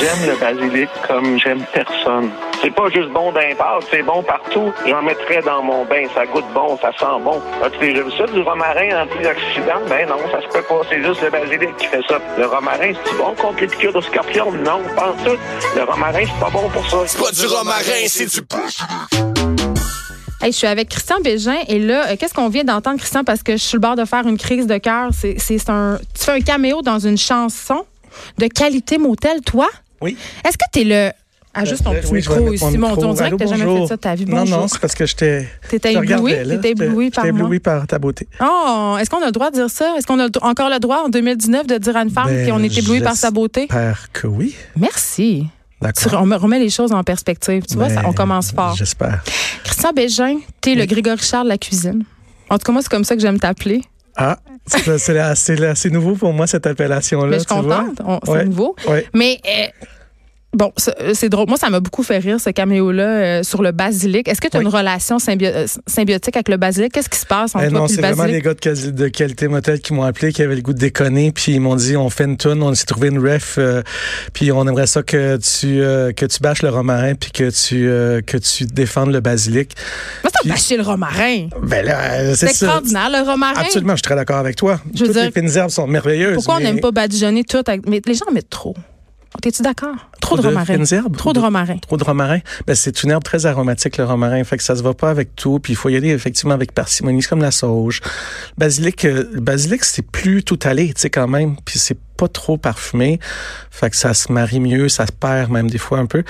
J'aime le basilic comme j'aime personne. C'est pas juste bon d'un pâte, c'est bon partout. J'en mettrais dans mon bain, ça goûte bon, ça sent bon. As-tu déjà vu ça, du romarin antioxydant? Ben non, ça se peut pas, c'est juste le basilic qui fait ça. Le romarin, c'est bon contre les piqûres de scorpion? Non, pas tout. Le romarin, c'est pas bon pour ça. C'est pas du romarin, c'est du Hey, je suis avec Christian Bégin et là, euh, qu'est-ce qu'on vient d'entendre, Christian? Parce que je suis le bord de faire une crise de cœur. C'est, c'est un, tu fais un caméo dans une chanson de qualité motel, toi? Oui. Est-ce que t'es le. Ajuste ton Euh, petit oui, je vais micro mettre mon ici, mon Dieu, on micro. dirait que t'as Allô, jamais fait bonjour. ça de ta vie. Non, Bonjour. non, c'est parce que j'étais. T'étais je te ébloui, regardais, là. t'étais J'étais- ébloui par J'étais moi. ébloui par ta beauté. Oh, est-ce qu'on a le droit de dire ça? Est-ce qu'on a le- encore le droit en 2019 de dire à une femme Ben, qu'on est ébloui par sa beauté? J'espère que oui. Merci. Tu- D'accord. on me remet les choses en perspective. Tu vois, ça- on Ben, commence fort. J'espère. Christian Bégin, t'es le Grégory Charles de la cuisine. En tout cas, moi, c'est comme ça que j'aime t'appeler. Ah, c'est c'est la- c'est la- c'est nouveau pour moi, cette appellation-là. Mais Ben, je suis Ben, tu vois. contente. On- C'est Ouais. nouveau. Ouais. Mais euh, bon, c'est c'est drôle. Moi, ça m'a beaucoup fait rire, ce caméo-là euh, sur le basilic. Est-ce que tu as Oui. une relation symbio- euh, symbiotique avec le basilic? Qu'est-ce qui se passe entre Eh toi non, et c'est le vraiment les basilic? gars de, quasi- de qualité motel qui m'ont appelé, qui avaient le goût de déconner, puis ils m'ont dit on fait une tune, on s'est trouvé une ref, euh, puis on aimerait ça que tu euh, que tu bâches le romarin, puis que tu euh, que tu défendes le basilic. Moi, ça Puis- me bâchait le romarin. Ben là, euh, C'est c'est ça. extraordinaire, le romarin. Absolument, je suis très d'accord avec toi. Je veux Toutes dire- les fines herbes sont merveilleuses. Pourquoi on mais n'aime pas badigeonner tout? avec- Mais les gens en mettent trop. T'es-tu d'accord? Trop, Trop de de romarin. fines herbes? Trop de De- romarin. Trop de romarin, ben c'est une herbe très aromatique le romarin, fait que ça se va pas avec tout, puis il faut y aller effectivement avec parcimonie, c'est comme la sauge. Basilic, euh, le basilic c'est plus tout allé, tu sais quand même, puis c'est pas trop parfumé, fait que ça se marie mieux, ça se perd même des fois un peu,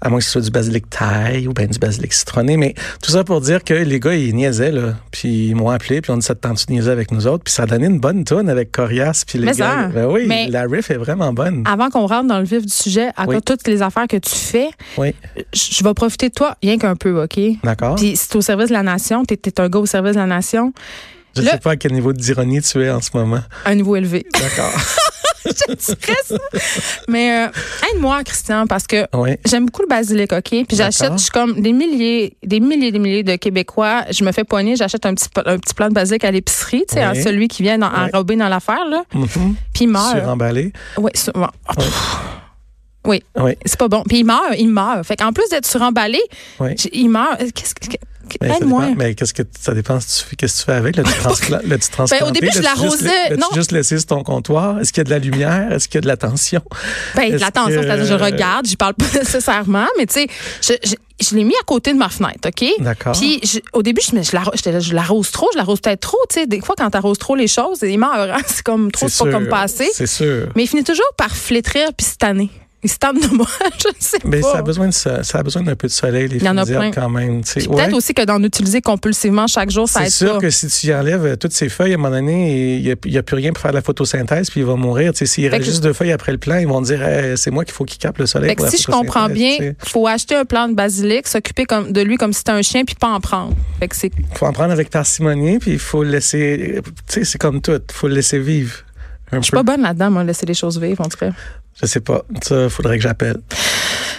à moins que ce soit du basilic thaï ou ben du basilic citronné, mais tout ça pour dire que les gars ils niaisaient là, puis ils m'ont appelé, puis on dit ça te tente de niaiser avec nous autres, puis ça a donné une bonne tonne avec Corias puis les Mais gars. ça, Ben oui, mais- Ah. la riff est vraiment bonne. Avant qu'on rentre dans le vif du sujet, à cause Oui. de toutes les affaires que tu fais, Oui, je je vais profiter de toi, rien qu'un peu, OK? d'accord. Puis c'est au service de la nation. T'es es un gars au service de la nation. Je Le- sais pas à quel niveau d'ironie tu es en ce moment. Un niveau élevé. D'accord. Je dirais ça. Mais euh, aide-moi, Christian, parce que oui. j'aime beaucoup le basilic, OK? Puis j'achète, D'accord. je suis comme des milliers, des milliers, des milliers de Québécois. Je me fais poigner, j'achète un petit, po- un petit plan de basilic à l'épicerie, tu sais, Oui. hein, celui qui vient en- Oui. enrobé dans l'affaire, là. Mhm. Puis il meurt. Suremballé. Oui, sur- bon. Oh, Oui. pff. Oui, Oui. c'est pas bon. Puis il meurt, il meurt. Fait qu'en plus d'être suremballé, Oui. Ben, j- il meurt. Euh, Qu'est-ce que. que- Mais ça Aide-moi. dépend- Mais qu'est-ce que ça dépend si tu fais- qu'est-ce que tu fais avec le transplant le Ben, au début, je l'arrosais. Non. Tu juste laissé sur ton comptoir. Est-ce qu'il y a de la lumière Est-ce qu'il y a de la tension Ben, Est-ce l'attention, que- c'est-à-dire, je regarde, j'y parle pas nécessairement, mais tu sais, je, je- je l'ai mis à côté de ma fenêtre, OK? D'accord. Puis je- au début, je, me- je, l'arro- j'étais là, je l'arrose trop, je l'arrose peut-être trop, tu sais. Des fois, quand t'arroses trop les choses, il meurt, hein, c'est comme trop, c'est, pas sûr. comme passé. C'est sûr. Mais il finit toujours par flétrir puis se tanner. Il se tanne de moi, je ne sais Mais pas. Ben, ça a besoin de so- ça a besoin d'un peu de soleil les y en a fines herbes plein. quand même. tu sais. Puis peut-être Ouais. aussi que d'en utiliser compulsivement chaque jour, ça C'est aide sûr pas. que si tu y enlèves euh, toutes ces feuilles, à un moment donné, il n'y a, plus rien pour faire de la photosynthèse, puis il va mourir. Tu sais, S'il Fait reste que- juste deux feuilles après le plan, ils vont dire Hey, c'est moi qu'il faut qu'il capte le soleil. Fait que pour la si je comprends photosynthèse, bien, tu sais. faut acheter un plant de basilic, s'occuper comme, de lui comme si c'était un chien puis pas en prendre. Fait que c'est faut en prendre avec parcimonie, puis il faut le laisser. Tu sais, c'est comme tout. faut le laisser vivre. Un je suis peu. pas bonne là-dedans, moi, laisser les choses vivre, en tout cas. Je sais pas. Ça, faudrait que j'appelle.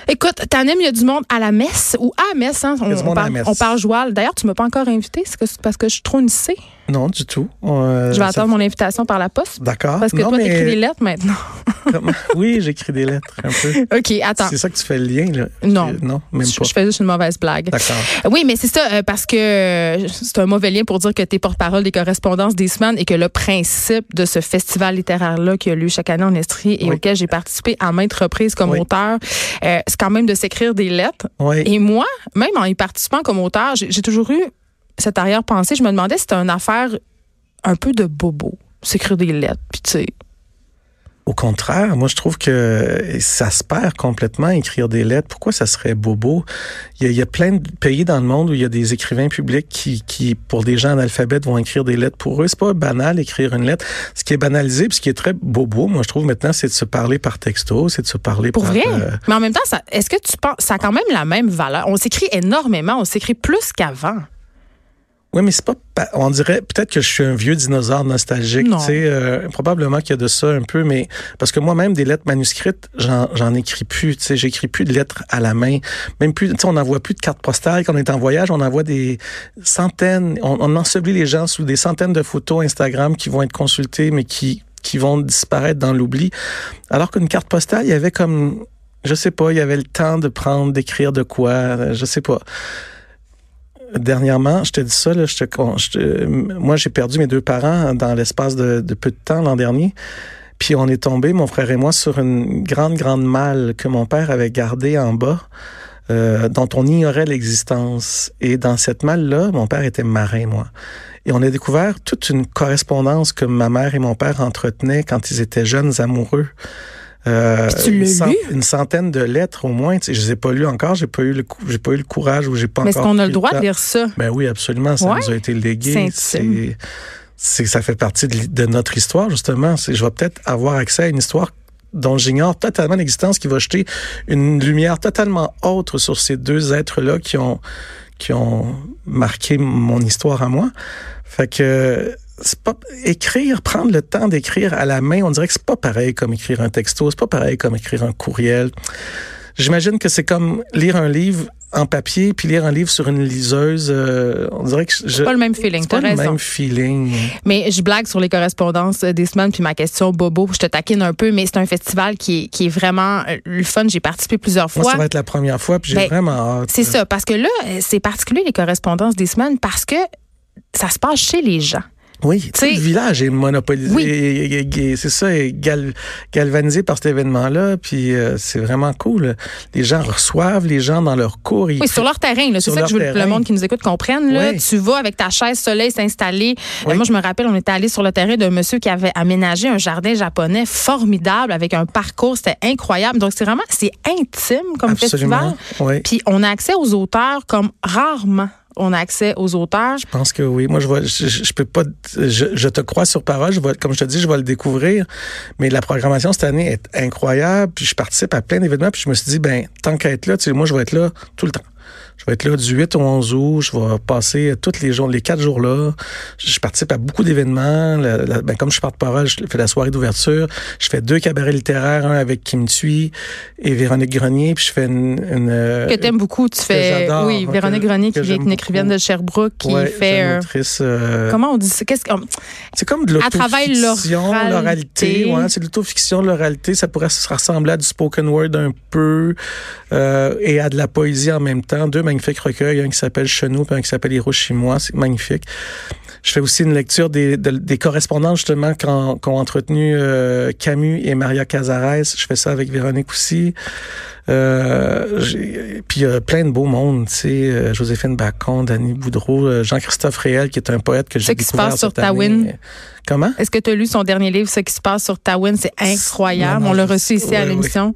Écoute, t'animes, il y a du monde à la messe ou à la messe. Hein, on, y a du on monde à parle, la messe. on parle joual. D'ailleurs, tu m'as pas encore invité c'est que- c'est parce que je suis trop nissée. Non, du tout. Euh, je vais ça- attendre mon invitation par la poste. D'accord. Parce que Non, toi, mais- t'écris des lettres maintenant. Comment- Oui, j'écris des lettres un peu. OK, attends. C'est ça que tu fais le lien, là? Non. Tu- Non, même Je, pas. je fais juste une mauvaise blague. D'accord. Oui, mais c'est ça, euh, parce que euh, c'est un mauvais lien pour dire que t'es porte-parole des correspondances des semaines et que le principe de ce festival littéraire-là qui a lieu chaque année en Estrie et Oui. auquel j'ai participé à maintes reprises comme Oui. auteur, euh, c'est quand même de s'écrire des lettres. Oui. Et moi, même en y participant comme auteur, j'ai j'ai toujours eu cette arrière-pensée. Je me demandais si c'était une affaire un peu de bobo, s'écrire des lettres. Puis tu sais, Au contraire, moi je trouve que ça se perd complètement écrire des lettres. Pourquoi ça serait bobo il y, a, il y a plein de pays dans le monde où il y a des écrivains publics qui, qui pour des gens analphabètes, vont écrire des lettres pour eux. C'est pas banal écrire une lettre. Ce qui est banalisé, puis ce qui est très bobo, moi je trouve maintenant, c'est de se parler par texto, c'est de se parler pour par. vrai. euh, Mais en même temps, ça- est-ce que tu penses, ça a quand même la même valeur? On s'écrit énormément, on s'écrit plus qu'avant. Oui, mais c'est pas. pa- On dirait peut-être que je suis un vieux dinosaure nostalgique. Non. Tu sais, euh, probablement qu'il y a de ça un peu, mais parce que moi-même des lettres manuscrites, j'en j'en écris plus. Tu sais, j'écris plus de lettres à la main. Même plus. Tu sais, on n'envoie plus de cartes postales quand on est en voyage. On envoie des centaines. On, on ensevelit les gens sous des centaines de photos Instagram qui vont être consultées, mais qui qui vont disparaître dans l'oubli. Alors qu'une carte postale, il y avait comme Je sais pas, il y avait le temps de prendre, d'écrire de quoi, euh, je sais pas. Dernièrement, je te dis ça, là, je te, con- je te- moi j'ai perdu mes deux parents dans l'espace de, de peu de temps l'an dernier. Puis on est tombé, mon frère et moi, sur une grande, grande malle que mon père avait gardée en bas, euh, dont on ignorait l'existence. Et dans cette malle-là, mon père était marin, moi. Et on a découvert toute une correspondance que ma mère et mon père entretenaient quand ils étaient jeunes amoureux. Euh, Puis tu l'as une, lu? une centaine de lettres au moins. Tu sais, je les ai pas lues encore. J'ai pas eu le cou- j'ai pas eu le courage ou j'ai pas Mais est-ce encore. qu'on a pris le droit de temps. lire ça? Ben oui, absolument. Ça Ouais. nous a été légué. C'est C'est, c'est- ça fait partie de, l'hi- de notre histoire, justement. C'est, je vais peut-être avoir accès à une histoire dont j'ignore totalement l'existence, qui va jeter une lumière totalement autre sur ces deux êtres-là qui ont, qui ont marqué mon histoire à moi. Fait que, c'est pas, écrire, prendre le temps d'écrire à la main, on dirait que c'est pas pareil comme écrire un texto, c'est pas pareil comme écrire un courriel. J'imagine que c'est comme lire un livre en papier puis lire un livre sur une liseuse. euh, on dirait que je, C'est pas le même feeling, c'est pas t'as le raison. même feeling. Mais je blague sur les correspondances euh, des semaines, puis ma question, Bobo, je te taquine un peu, mais c'est un festival qui est, qui est vraiment euh, le fun. J'ai participé plusieurs fois. Moi, ça va être la première fois puis j'ai Ben, vraiment hâte. C'est ça, parce que là, euh, c'est particulier les correspondances des semaines parce que ça se passe chez les gens. Oui, tout sais- le village est monopolisé. Oui. et- et- et- C'est ça, est gal- galvanisé par cet événement-là. Puis euh, c'est vraiment cool. Les gens reçoivent les gens dans leur cours. Ils- Oui, sur leur terrain. là. C'est Sur ça que leur je veux que le terrain. monde qui nous écoute comprenne. Là, Oui. Tu vas avec ta chaise soleil s'installer. Euh, Oui. Moi, je me rappelle, on était allé sur le terrain d'un monsieur qui avait aménagé un jardin japonais formidable avec un parcours. C'était incroyable. Donc, c'est vraiment, c'est intime comme Absolument. festival. Oui. Puis, on a accès aux auteurs comme rarement on a accès aux auteurs. Je pense que oui. Moi, je, vois, je, je- je peux pas. Je, je te crois sur parole. Je vais- comme je te dis, je vais le découvrir. Mais la programmation cette année est incroyable. Puis je participe à plein d'événements. Puis je me suis dit, ben tant qu'à être là, tu sais, moi, je vais être là tout le temps. Je vais être là du 8 au 11 août. Je vais passer tous les jours, les quatre jours là. Je participe à beaucoup d'événements. La- la- ben, comme je suis porte-parole, je fais la soirée d'ouverture. Je fais deux cabarets littéraires, un avec Kim Thuy et Véronique Grenier. Puis je fais une. une, euh, que t'aimes beaucoup, tu fais j'adore, hein, oui, que- Véronique Grenier qui que est j'aime une écrivaine beaucoup. de Sherbrooke qui ouais, fait une euh, autrice, euh, comment on dit ça Qu'est-ce qu'on- C'est comme de À travers l'autofiction, l'oralité. l'oralité. Ouais, c'est de l'autofiction, l'oralité. Ça pourrait se ressembler à du spoken word un peu euh, et à de la poésie en même temps. Deux magnifiques recueils, un qui s'appelle Chenou et un qui s'appelle Hiroshima. C'est magnifique. Je fais aussi une lecture des, de- des correspondances justement qu'ont qu'ont entretenu euh, Camus et Maria Cazares. Je fais ça avec Véronique aussi. Euh, j'ai- puis euh, plein de beaux mondes, tu sais, euh, Joséphine Bacon, Danny Boudreau, euh, Jean-Christophe Réel, qui est un poète que j'ai Ce qui se découvert passe sur cette année. Tawin. Comment? Est-ce que tu as lu son dernier livre, Ce qui se passe sur Tawin? C'est incroyable. Non, non, On l'a je- reçu ici à oui, l'émission.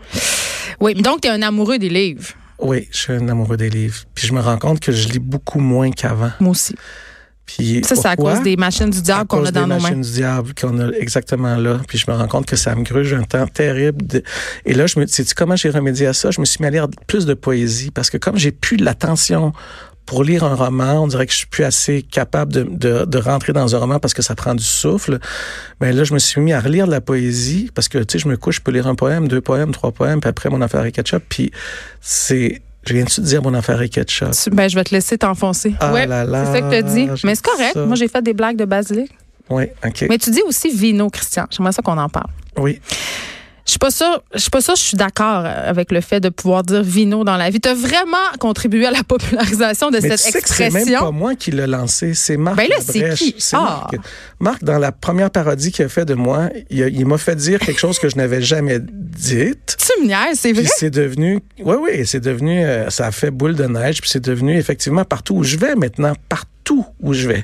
Oui, mais donc tu es un amoureux des livres. Oui, je suis un amoureux des livres. Puis je me rends compte que je lis beaucoup moins qu'avant. Moi aussi. Puis Ça, c'est à pourquoi? cause des machines du À diable qu'on cause a dans des nos mains. machines du diable qu'on a exactement là. Puis je me rends compte que ça me gruge un temps terrible. de- Et là, je me, sais-tu comment j'ai remédié à ça? Je me suis mis à lire plus de poésie parce que comme j'ai plus de l'attention pour lire un roman, on dirait que je suis plus assez capable de, de, de rentrer dans un roman parce que ça prend du souffle. Mais là, je me suis mis à relire de la poésie parce que, tu sais, je me couche, je peux lire un poème, deux poèmes, trois poèmes, puis après, mon affaire est ketchup. Puis c'est, je viens-tu de dire mon affaire est ketchup? Tu- Ben, je vais te laisser t'enfoncer. Ah ouais, là là, c'est ça que tu dit. j'ai Mais c'est dit correct. ça. Moi, j'ai fait des blagues de basilic. Oui, OK. Mais tu dis aussi vino, Christian. J'aimerais ça qu'on en parle. Oui. Je suis pas sûre, je suis pas sûre, je suis d'accord avec le fait de pouvoir dire vino dans la vie. Tu as vraiment contribué à la popularisation de Mais cette tu sais que c'est expression. même pas moi qui l'ai lancé, c'est Marc Ben là, c'est Labrèche. qui? C'est Ah! Marc. Marc, dans la première parodie qu'il a fait de moi, il, a- il m'a fait dire quelque chose que je n'avais jamais dit. Tu me niaises, c'est vrai. Puis c'est devenu, oui, oui, c'est devenu, euh, ça a fait boule de neige, puis c'est devenu effectivement partout où je vais maintenant, partout où je vais.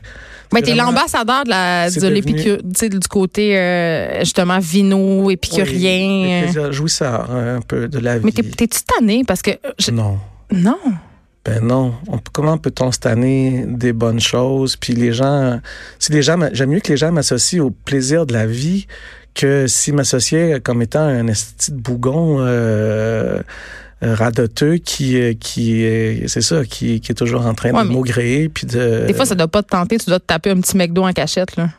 Mais t'es Vraiment, l'ambassadeur de la c'est de devenu- l'épicure, tu sais, du côté euh, justement vino, oui, les épicurien. euh. plaisirs jouisseurs, hein, un peu de la vie. mais t'es- t'es-tu tanné parce que euh, je- Non. non. Ben non, on, comment peut-on se tanner des bonnes choses Puis les gens, si les gens, m'a- j'aime mieux que les gens m'associent au plaisir de la vie que s'ils m'associaient comme étant un esti de bougon euh, euh, radoteux qui euh, qui est- c'est ça, qui, qui est toujours en train Ouais, de mais- maugréer puis de. Des fois ça doit pas te tenter, tu dois te taper un petit McDo en cachette là.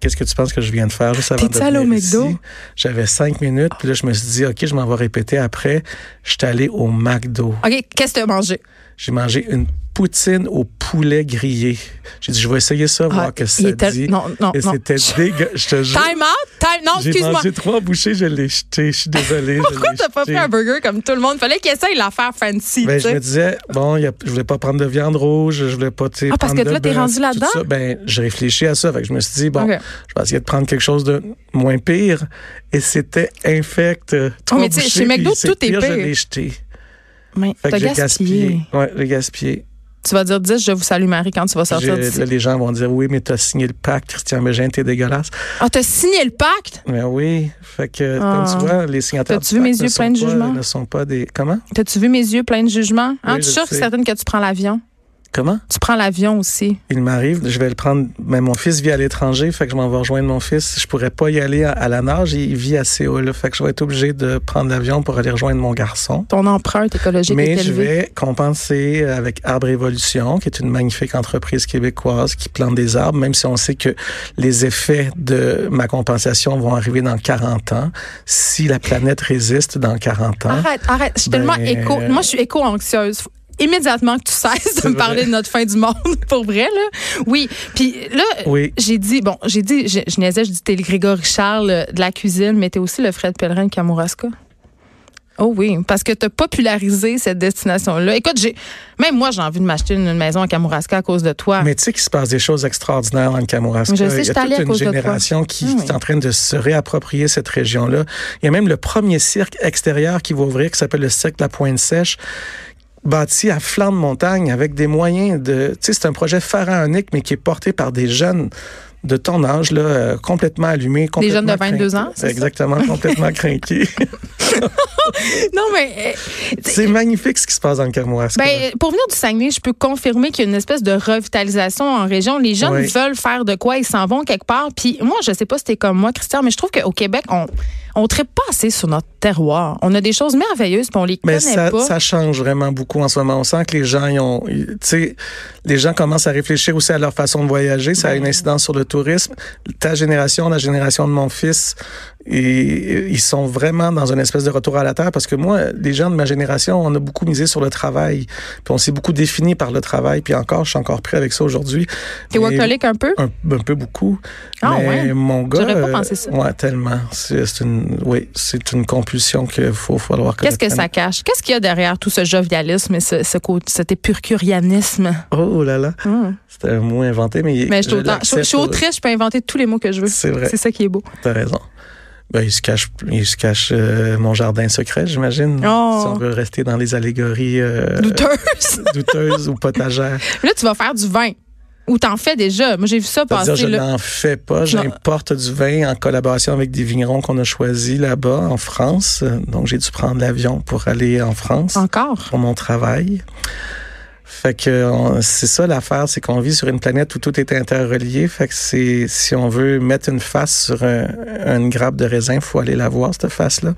Qu'est-ce que tu penses que je viens de faire juste avant de T'es-tu allé au venir McDo? ici? J'avais cinq minutes, puis là je me suis dit ok, je m'en vais répéter après. Je suis allé au McDo. OK, qu'est-ce que tu as mangé J'ai mangé une poutine au poulet grillé. J'ai dit, je vais essayer ça, voir Ah, que il ça était- dit. non, non, Et non. c'était dégueu. Je te jure. Time out? Time... Non, J'ai excuse-moi. mangé trois bouchées, je l'ai jeté. Je suis désolé. Pourquoi t'as pas pris un burger comme tout le monde? Fallait qu'il essaye l'affaire fancy, Ben, tu je sais. me disais, bon, il y a- je voulais pas prendre de viande rouge, je voulais pas, tu sais, Ah, parce prendre que de là, t'es bœuf, rendu tout là-dedans? ça. Ben, je réfléchis à ça. Fait que je me suis dit, bon, Ok. je vais essayer de prendre quelque chose de moins pire. Et c'était infect. euh, Trois Oh, mais tu sais, bouchées, chez McDo, puis c'est tout est pire, Je pire. l'ai jeté. Mais Fait t'as que j'ai gaspillé. gaspillé. Ouais, j'ai gaspillé. Tu vas dire 10, je vous salue Marie quand tu vas sortir J'ai- d'ici. là, les gens vont dire, oui, mais t'as signé le pacte, Christian Bégin, t'es dégueulasse. Ah, t'as signé le pacte? Mais oui. Fait que, Ah. comme tu vois, les signataires. T'as-tu du vu mes pacte ne yeux sont pleins de pas- jugement? Ne sont pas des. Comment? T'as-tu vu mes yeux pleins de jugement? Hein, Oui, tu je es sûre que sais. certaine que tu prends l'avion? Comment? Tu prends l'avion aussi. Il m'arrive, je vais le prendre. Mais mon fils vit à l'étranger, fait que je m'en vais rejoindre mon fils. Je pourrais pas y aller à, à la nage, il vit à Séoul, fait que je vais être obligé de prendre l'avion pour aller rejoindre mon garçon. Ton empreinte écologique Mais est je élevée. vais compenser avec Arbre Évolution, qui est une magnifique entreprise québécoise qui plante des arbres, même si on sait que les effets de ma compensation vont arriver dans 40 ans, si la planète résiste dans 40 ans. Arrête, arrête. Je suis Ben, tellement éco. Moi, je suis éco-anxieuse. Faut Immédiatement que tu cesses de C'est me vrai. parler de notre fin du monde, pour vrai, là. Oui. Puis là, Oui. j'ai dit, bon, j'ai dit, je, je niaisais, je dis, t'es le Grégory Charles euh, de la cuisine, mais t'es aussi le Fred Pellerin de Kamouraska. Oh oui, parce que t'as popularisé cette destination-là. Écoute, j'ai, même moi, j'ai envie de m'acheter une, une maison à Kamouraska à cause de toi. Mais tu sais qu'il se passe des choses extraordinaires dans le Kamouraska. Mais Ah. je sais, Il je y suis a allée à toute une cause de toi. génération qui Ah oui. est en train de se réapproprier cette région-là. Il y a même le premier cirque extérieur qui va ouvrir, qui s'appelle le Cirque de la Pointe Sèche, bâti à flanc de montagne avec des moyens de... Tu sais, c'est un projet pharaonique, mais qui est porté par des jeunes de ton âge, là, euh, complètement allumés, complètement jeunes de 22 ans, c'est ça? Exactement, complètement crinqués. non, mais euh, C'est magnifique ce qui se passe dans le Kamouraska. Ben, pour venir du Saguenay, je peux confirmer qu'il y a une espèce de revitalisation en région. Les jeunes Oui. veulent faire de quoi, ils s'en vont quelque part. Puis moi, je sais pas si t'es comme moi, Christian, mais je trouve qu'au Québec, on on traite pas assez sur notre terroir. On a des choses merveilleuses, puis on les Mais connaît ça, pas. ça change vraiment beaucoup en ce moment. On sent que les gens, ils ont, ils- tu sais, les gens commencent à réfléchir aussi à leur façon de voyager. Ça a Ben une incidence sur le tourisme. Ta génération, la génération de mon fils, et- ils sont vraiment dans une espèce de retour à la terre parce que moi, les gens de ma génération, on a beaucoup misé sur le travail. Puis on s'est beaucoup défini par le travail. Puis encore, je suis encore prêt avec ça aujourd'hui. T'es Mais- workaholic un peu? un, un peu beaucoup. Ah, mais ouais. mon gars. J'aurais pas euh, pensé ça. Ouais, tellement. C'est c'est une, oui, c'est une compulsion qu'il faut falloir que Qu'est-ce que ça cache? Qu'est-ce qu'il y a derrière tout ce jovialisme et ce, ce côté, cet épicurianisme? Oh là là, Hum. c'était un mot inventé, mais, Mais je, suis autant- je l'accepte. suis autrice, je peux inventer tous les mots que je veux. C'est vrai. Euh. C'est ça qui est beau. T'as raison. Ben, il se cache, il se cache euh, mon jardin secret, j'imagine. Oh. Si on veut rester dans les allégories euh, Douteuse. douteuses ou potagères. là, tu vas faire du vin. Ou t'en fais déjà. Moi, j'ai vu ça C'est-à-dire, oh, je passer. là. n'en fais pas. J'importe du vin en collaboration avec des vignerons qu'on a choisis là-bas, en France. Donc, j'ai dû prendre l'avion pour aller en France. Encore? pour mon travail. Fait que on- c'est ça l'affaire, c'est qu'on vit sur une planète où tout est interrelié. Fait que c'est si on veut mettre une face sur un- une grappe de raisin, faut aller la voir cette face-là.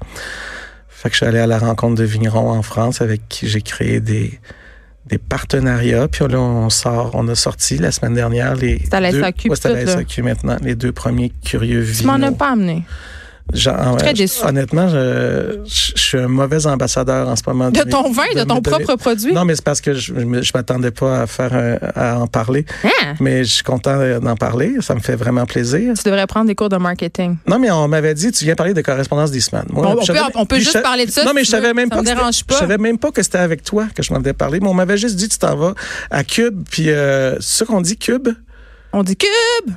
Fait que je suis allé à la rencontre de vignerons en France avec qui j'ai créé des des partenariats. Puis là, on sort, on a sorti la semaine dernière les C'est à la deux, SAQ, ouais, c'est à puis la tout, là. SAQ maintenant, les deux premiers curieux Tu m'en as vignerons. pas amené. très déçue. Honnêtement, je, je je suis un mauvais ambassadeur en ce moment. De mes- ton vin, de ton mes- propre produit. non, mais c'est parce que je ne m'attendais pas à faire un- à en parler, Hein? mais je suis content euh, d'en parler. Ça me fait vraiment plaisir. Tu devrais prendre des cours de marketing. Non, mais on m'avait dit, tu viens parler de correspondance d'Eastman. Moi, On- on je peut- on peut puis juste je- parler de ça, Non, si mais tu je savais veux. même Ça pas. me que dérange c'était- pas. Je savais même pas que c'était avec toi que je m'en venais parler. Mais on m'avait juste dit, tu t'en vas à Cube. Puis euh, c'est ça qu'on dit Cube. On dit Cube!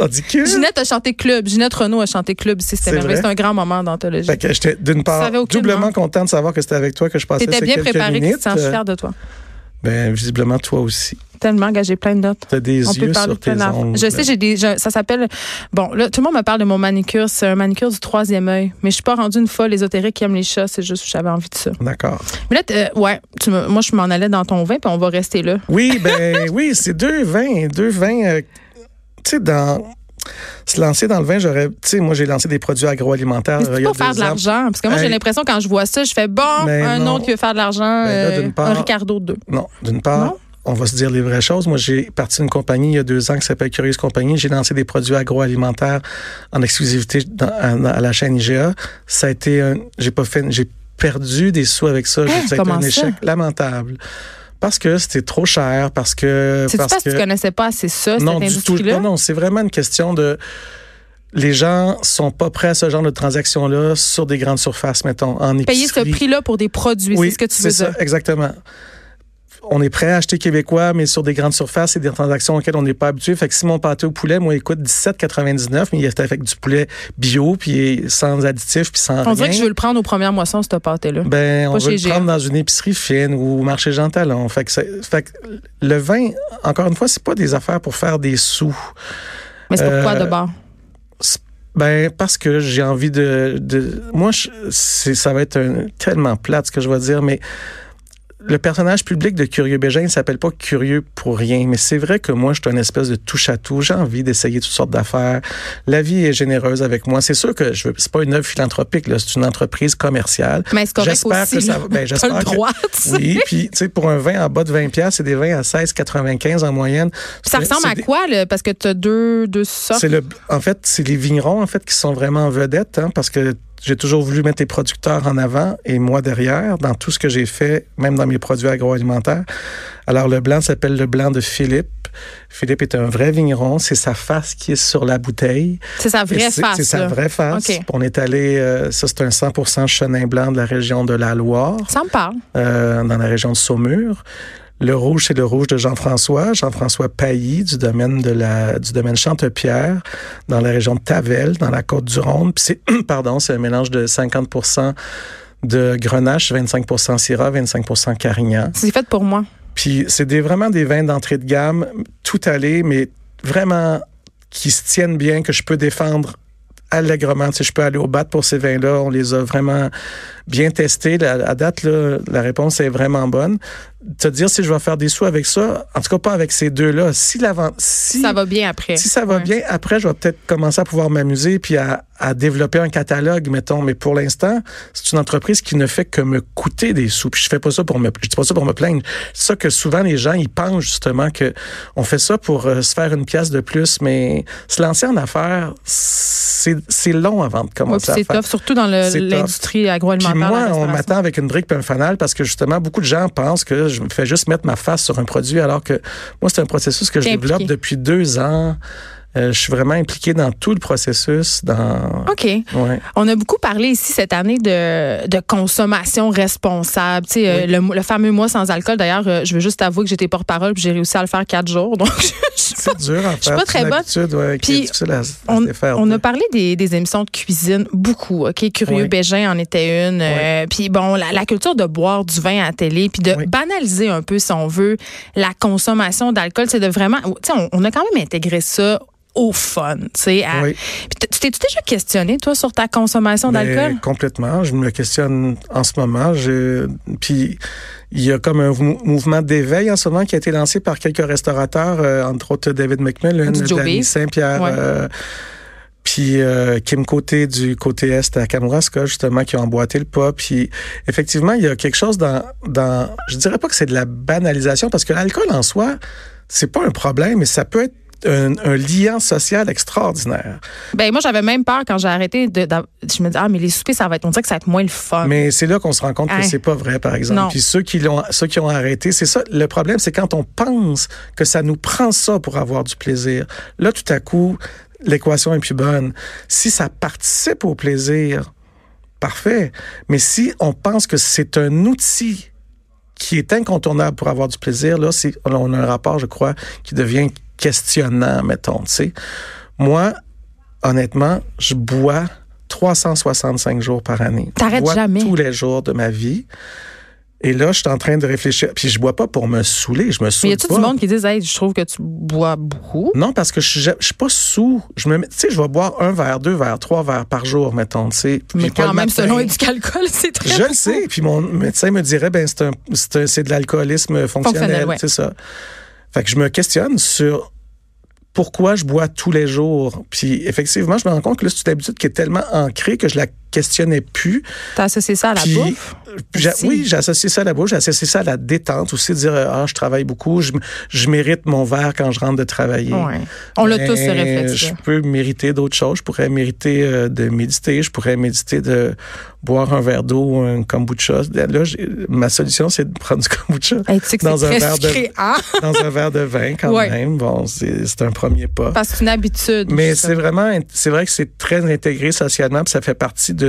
On dit Cube. Ginette a chanté Club. Ginette Renault a chanté Club ici. C'était C'est merveilleux. vrai? C'est un grand moment d'anthologie. Fait que j'étais d'une part savais aucunement. doublement content de savoir que c'était avec toi que je passais T'étais ces bien quelques préparé, minutes. euh, Christian. Je suis fière de toi. Ben visiblement toi aussi. Tellement engagé, plein de notes. T'as des On peut yeux parler de sur tes plein d'affaires. ongles. Je sais, j'ai des. j'ai- ça s'appelle. Bon, là, tout le monde me parle de mon manicure. C'est un manicure du troisième œil. Mais je suis pas rendue une folle ésotérique qui aime les chats. C'est juste que j'avais envie de ça. D'accord. Mais là, t'es- euh, ouais, tu me- moi, je m'en allais dans ton vin, puis on va rester là. Oui, ben oui, c'est deux vins, deux vins. euh, tu sais, dans se lancer dans le vin, j'aurais, tu sais, moi j'ai lancé des produits agroalimentaires. Mais euh, il c'est y a pas faire deux de ans. l'argent. Parce que moi, j'ai Hey. l'impression, quand je vois ça, je fais bon, Mais un non. autre qui veut faire de l'argent, Ben là, euh, d'une part- un Ricardo 2. Non, d'une part. Non? On va se dire les vraies choses. Moi, j'ai parti d'une compagnie il y a deux ans qui s'appelle Curieuse Compagnie. J'ai lancé des produits agroalimentaires en exclusivité dans- à, à la chaîne IGA. Ça a été un, j'ai pas fait, j'ai perdu des sous avec ça. Hein, ça a été comment un ça? échec lamentable. Parce que c'était trop cher, parce que. C'est parce que tu connaissais pas assez ça, non, cette du tout. industrie-là? Non, non, c'est vraiment une question de. Les gens sont pas prêts à ce genre de transaction-là sur des grandes surfaces, mettons, en épicerie. Payer ce prix-là pour des produits, Oui, c'est ce que tu veux ça, dire. exactement. On est prêt à acheter québécois, mais sur des grandes surfaces et des transactions auxquelles on n'est pas habitué. Fait que si mon pâté au poulet, moi, il coûte 17,99, mais il est avec du poulet bio, puis sans additifs, puis sans On dirait rien. que je veux le prendre aux premières moissons, ce pâté-là. Ben, on Pas veut chez le GM. prendre dans une épicerie fine ou au marché Jean Talon. Fait que, c'est- fait que le vin, encore une fois, c'est pas des affaires pour faire des sous. Mais c'est pourquoi euh, de bord? Ben parce que j'ai envie de, de moi je- c'est ça va être un- tellement plate ce que je vais dire mais le personnage public de Curieux Bégin il s'appelle pas Curieux pour rien mais c'est vrai que moi je suis un espèce de touche à tout j'ai envie d'essayer toutes sortes d'affaires la vie est généreuse avec moi c'est sûr que je veux- c'est pas une œuvre philanthropique là c'est une entreprise commerciale Mais c'est correct j'espère aussi. que ça là. va- ben, T'as j'espère le que- droit. tu sais. oui puis tu sais pour un vin en bas de 20 pièces c'est des vins à 16,95 en moyenne Ça Ben, C'est- ressemble c'est à des- quoi, là? Parce que tu as deux, deux sortes. c'est le, en fait, c'est les vignerons en fait qui sont vraiment en vedette, hein, parce que j'ai toujours voulu mettre les producteurs en avant et moi derrière dans tout ce que j'ai fait, même dans mes produits agroalimentaires. Alors le blanc s'appelle le blanc de Philippe. Philippe est un vrai vigneron, c'est sa face qui est sur la bouteille. C'est sa Et vraie c'est- face. C'est sa là. vraie face. OK. On est allé, euh, ça c'est un 100% chenin blanc de la région de la Loire Ça me parle. euh, dans la région de Saumur. Le rouge, c'est le rouge de Jean-François, Jean-François Pailly, du domaine de la, du domaine Chantepierre, dans la région de Tavel, dans la côte du Rhône. Puis c'est, pardon, c'est un mélange de 50% de Grenache, 25% Syrah, 25% Carignan. C'est fait pour moi. Puis c'est des, vraiment des vins d'entrée de gamme, tout allé, mais vraiment qui se tiennent bien, que je peux défendre allègrement. Si je peux aller au bat pour ces vins-là, on les a vraiment bien testés. La, à date, là, la réponse est vraiment bonne. Te dire si je vais faire des sous avec ça, en tout cas pas avec ces deux-là. Si, la vente- si Ça va bien après. si ça va Ouais. bien, après, je vais peut-être commencer à pouvoir m'amuser puis à, à développer un catalogue, mettons. Mais pour l'instant, c'est une entreprise qui ne fait que me coûter des sous. Puis je fais pas ça pour me, je dis pas ça pour me plaindre. C'est ça que souvent les gens, ils pensent justement que on fait ça pour euh, se faire une pièce de plus. Mais se lancer en affaires, c'est c'est long avant de Ouais, puis commencer c'est à faire. tough, surtout dans le- C'est tough. l'industrie Puis agroalimentaire. la moi, on restauration. m'attend avec une brique et un fanal parce que justement, beaucoup de gens pensent que je me fais juste mettre ma face sur un produit alors que moi, c'est un processus que je T'es développe impliqué. depuis deux ans. Euh, je suis vraiment impliqué dans tout le processus, dans... OK. Ouais. On a beaucoup parlé ici cette année de, de consommation responsable. Tu sais, euh, le, le fameux mois sans alcool, d'ailleurs, euh, je veux juste avouer que j'étais porte-parole puis j'ai réussi à le faire quatre jours. Donc, je- je- C'est dur à faire. suis pas C'est très une bonne. habitude, ouais, qui est Puis difficile à, à se on, défaire. on a parlé des, des émissions de cuisine beaucoup. OK? Curieux Oui. Bégin en était une. euh, puis bon, la, la culture de boire du vin à la télé, puis de Oui. banaliser un peu, si on veut, la consommation d'alcool, c'est de vraiment. Tu sais, on, on a quand même intégré ça au fun, tu sais. à- Oui. Puis t- Tu t'es-tu déjà questionné, toi, sur ta consommation Mais d'alcool? Complètement. Je me questionne en ce moment. Je- Puis il y a comme un mou- mouvement d'éveil en ce moment qui a été lancé par quelques restaurateurs, euh, entre autres David McMillan, Du Joe Danny Beef. Saint-Pierre, Ouais. euh, puis euh, Kim Côté du côté Est à Kamouraska, justement, qui ont emboîté le pas. Puis effectivement, il y a quelque chose dans... dans je dirais pas que c'est de la banalisation, parce que l'alcool en soi, c'est pas un problème, mais ça peut être un, un liant social extraordinaire. Ben moi j'avais même peur quand j'ai arrêté de, d'a- je me dis ah mais les soupers ça va être on dirait que ça va être moins le fun. Mais c'est là qu'on se rend compte Hein. que c'est pas vrai, par exemple. Non. Puis ceux qui l'ont, ceux qui ont arrêté, c'est ça. Le problème, c'est quand on pense que ça nous prend ça pour avoir du plaisir. Là, tout à coup, l'équation est plus bonne. Si ça participe au plaisir, parfait. Mais si on pense que c'est un outil qui est incontournable pour avoir du plaisir, là, c'est, on a un rapport, je crois, qui devient questionnant, mettons, tu sais. Moi, honnêtement, je bois 365 jours par année. T'arrêtes Je bois jamais. Tous les jours de ma vie. Et là, je suis en train de réfléchir. Puis je bois pas pour me saouler. Je me Mais saoule y a-tu pas. du monde qui disent hey je trouve que tu bois beaucoup. Non, parce que je suis, ja- je suis pas sous. Je me, mets- tu sais, je vais boire un verre, deux verres, trois verres par jour, mettons, tu sais. Mais Puis pas le quand même matin. selon Éduc Alcool c'est très Je le beaucoup. sais. Puis mon médecin me dirait, ben c'est un, c'est un- c'est de l'alcoolisme fonctionnel, Fonctionnel, ouais. c'est ça. Fait que je me questionne sur pourquoi je bois tous les jours. Puis effectivement, je me rends compte que là, c'est une habitude qui est tellement ancrée que je la questionnais plus. T'as associé ça à la Puis, euh, bouffe? j'a- Aussi. oui, j'ai associé ça à la bouche, j'ai associé ça à la détente aussi, de dire ah je travaille beaucoup, je, m- je mérite mon verre quand je rentre de travailler. Ouais. On l'a Ben, tous ce réflexe. Je peux mériter d'autres choses, je pourrais mériter euh, de méditer, je pourrais méditer de boire un verre d'eau ou un kombucha. Là, j'ai- ma solution c'est de prendre du kombucha tu sais que dans c'est un très verre de- sucré, hein? dans un verre de vin quand Ouais. même. Bon, c'est c'est un premier pas. Parce que c'est une habitude. Mais ça. c'est vraiment, int- c'est vrai que c'est très intégré socialement, puis ça fait partie de,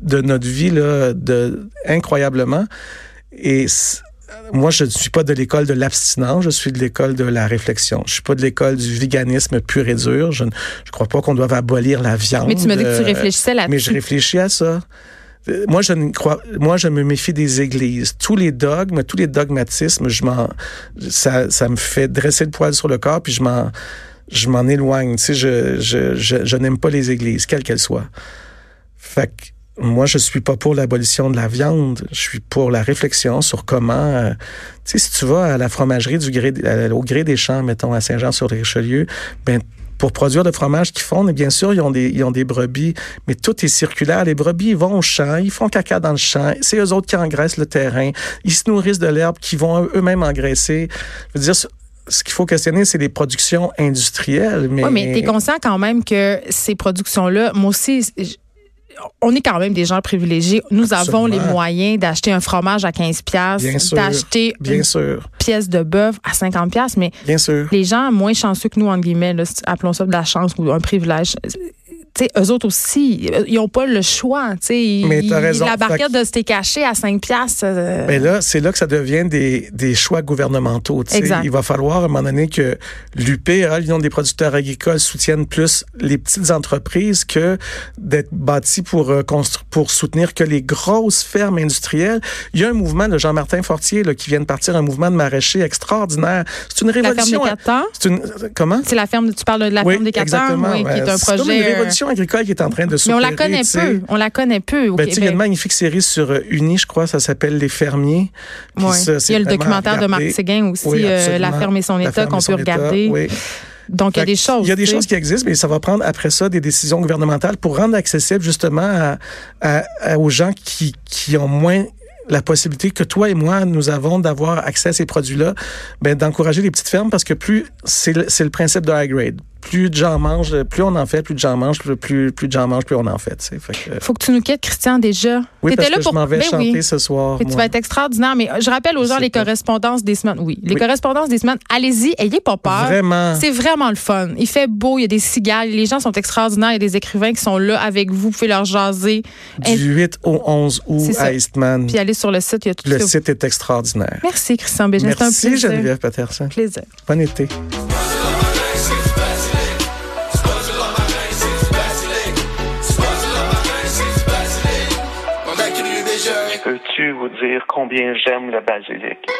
de notre vie là, de, incroyablement. Et c- moi, je ne suis pas de l'école de l'abstinence, je suis de l'école de la réflexion. Je suis pas de l'école du véganisme pur et dur. Je ne je crois pas qu'on doive abolir la viande. Mais tu me dis que tu euh, réfléchissais mais je là-dessus. réfléchis à ça. Euh, Moi, je ne crois, moi, je me méfie des églises. Tous les dogmes, tous les dogmatismes, je m'en, ça, ça me fait dresser le poil sur le corps, puis je m'en, je m'en éloigne. Tu sais, je, je, je, je n'aime pas les églises, quelles qu'elles soient. Fait que, moi, je suis pas pour l'abolition de la viande. Je suis pour la réflexion sur comment, euh, tu sais, si tu vas à la fromagerie du gré, à- au gré des champs, mettons, à Saint-Jean-sur-Richelieu, ben, pour produire le fromage qu'ils font, mais bien sûr, ils ont, des, ils ont des brebis, mais tout est circulaire. Les brebis, ils vont au champ, ils font caca dans le champ, c'est eux autres qui engraissent le terrain, ils se nourrissent de l'herbe qu'ils vont eux-mêmes engraisser. Je veux dire, ce- ce qu'il faut questionner, c'est les productions industrielles, mais... Oui, mais t'es conscient quand même que ces productions-là, moi aussi, je- on est quand même des gens privilégiés. Nous Absolument. avons les moyens d'acheter un fromage à 15 pièces, Bien sûr. d'acheter Bien une sûr, pièce de bœuf à 50 pièces, mais bien sûr. les gens moins chanceux que nous, entre guillemets, là, si- appelons ça de la chance ou un privilège, tu sais, eux autres aussi, euh, ils n'ont pas le choix. tu sais. Ils- Mais t'as ils- raison. La barquette Fait de se caché à 5 piastres. euh, Mais là, c'est là que ça devient des, des choix gouvernementaux. tu sais. Exact. Il va falloir à un moment donné que l'UP, hein, l'Union des producteurs agricoles, soutiennent plus les petites entreprises que d'être bâti pour, euh, constru- pour soutenir que les grosses fermes industrielles. Il y a un mouvement de Jean-Martin Fortier là, qui vient de partir, un mouvement de maraîchers extraordinaire. C'est une la ferme des révolution. quatre temps. c'est une, euh, comment? C'est la ferme, tu parles de la oui, ferme des quatre temps, exactement. oui, qui est Ouais, un c'est comme projet. une euh, révolution agricole qui est en train de mais s'opérer. on la connaît tu sais. peu. On la connaît peu au Ben, tu sais, il y a Québec. une magnifique série sur euh, Uni, je crois, ça s'appelle Les Fermiers. Puis Ouais. ça, Il c'est y a le vraiment à documentaire de Marc regarder. Séguin aussi, Oui, euh, absolument. La ferme et son La état, ferme qu'on et son peut état, regarder. oui. Donc, il y a Fait des que choses. Il y a des tu sais. choses qui existent, mais ça va prendre après ça des décisions gouvernementales pour rendre accessible justement à, à- à- aux gens qui, qui ont moins la possibilité que toi et moi, nous avons d'avoir accès à ces produits-là, ben, d'encourager les petites fermes parce que plus, c'est le, c'est le principe de high grade. Plus de gens mangent, plus on en fait, plus de gens mangent, plus, plus, plus de gens mangent, plus on en fait. tu sais. Fait que, euh, Faut que tu nous quittes, Christian, déjà. oui, T'étais parce là que pour... je m'en vais Ben chanter oui. ce soir. Puis tu moi. vas être extraordinaire, mais euh, je rappelle aux Je gens sais les pas. correspondances des semaines. Oui, les Oui. correspondances des semaines, allez-y, ayez pas peur. Vraiment. C'est vraiment le fun. Il fait beau, il y a des cigales, les gens sont extraordinaires, il y a des écrivains qui sont là avec vous, vous pouvez leur jaser. Et- Du 8 au 11 août C'est ça. à Eastman. Puis aller sur le site, il y a tout Le ça. site est extraordinaire. Merci Christian Bégin, c'est un Merci plaisir. Geneviève Patterson. plaisir. Bon été. Peux-tu vous dire combien j'aime le basilic?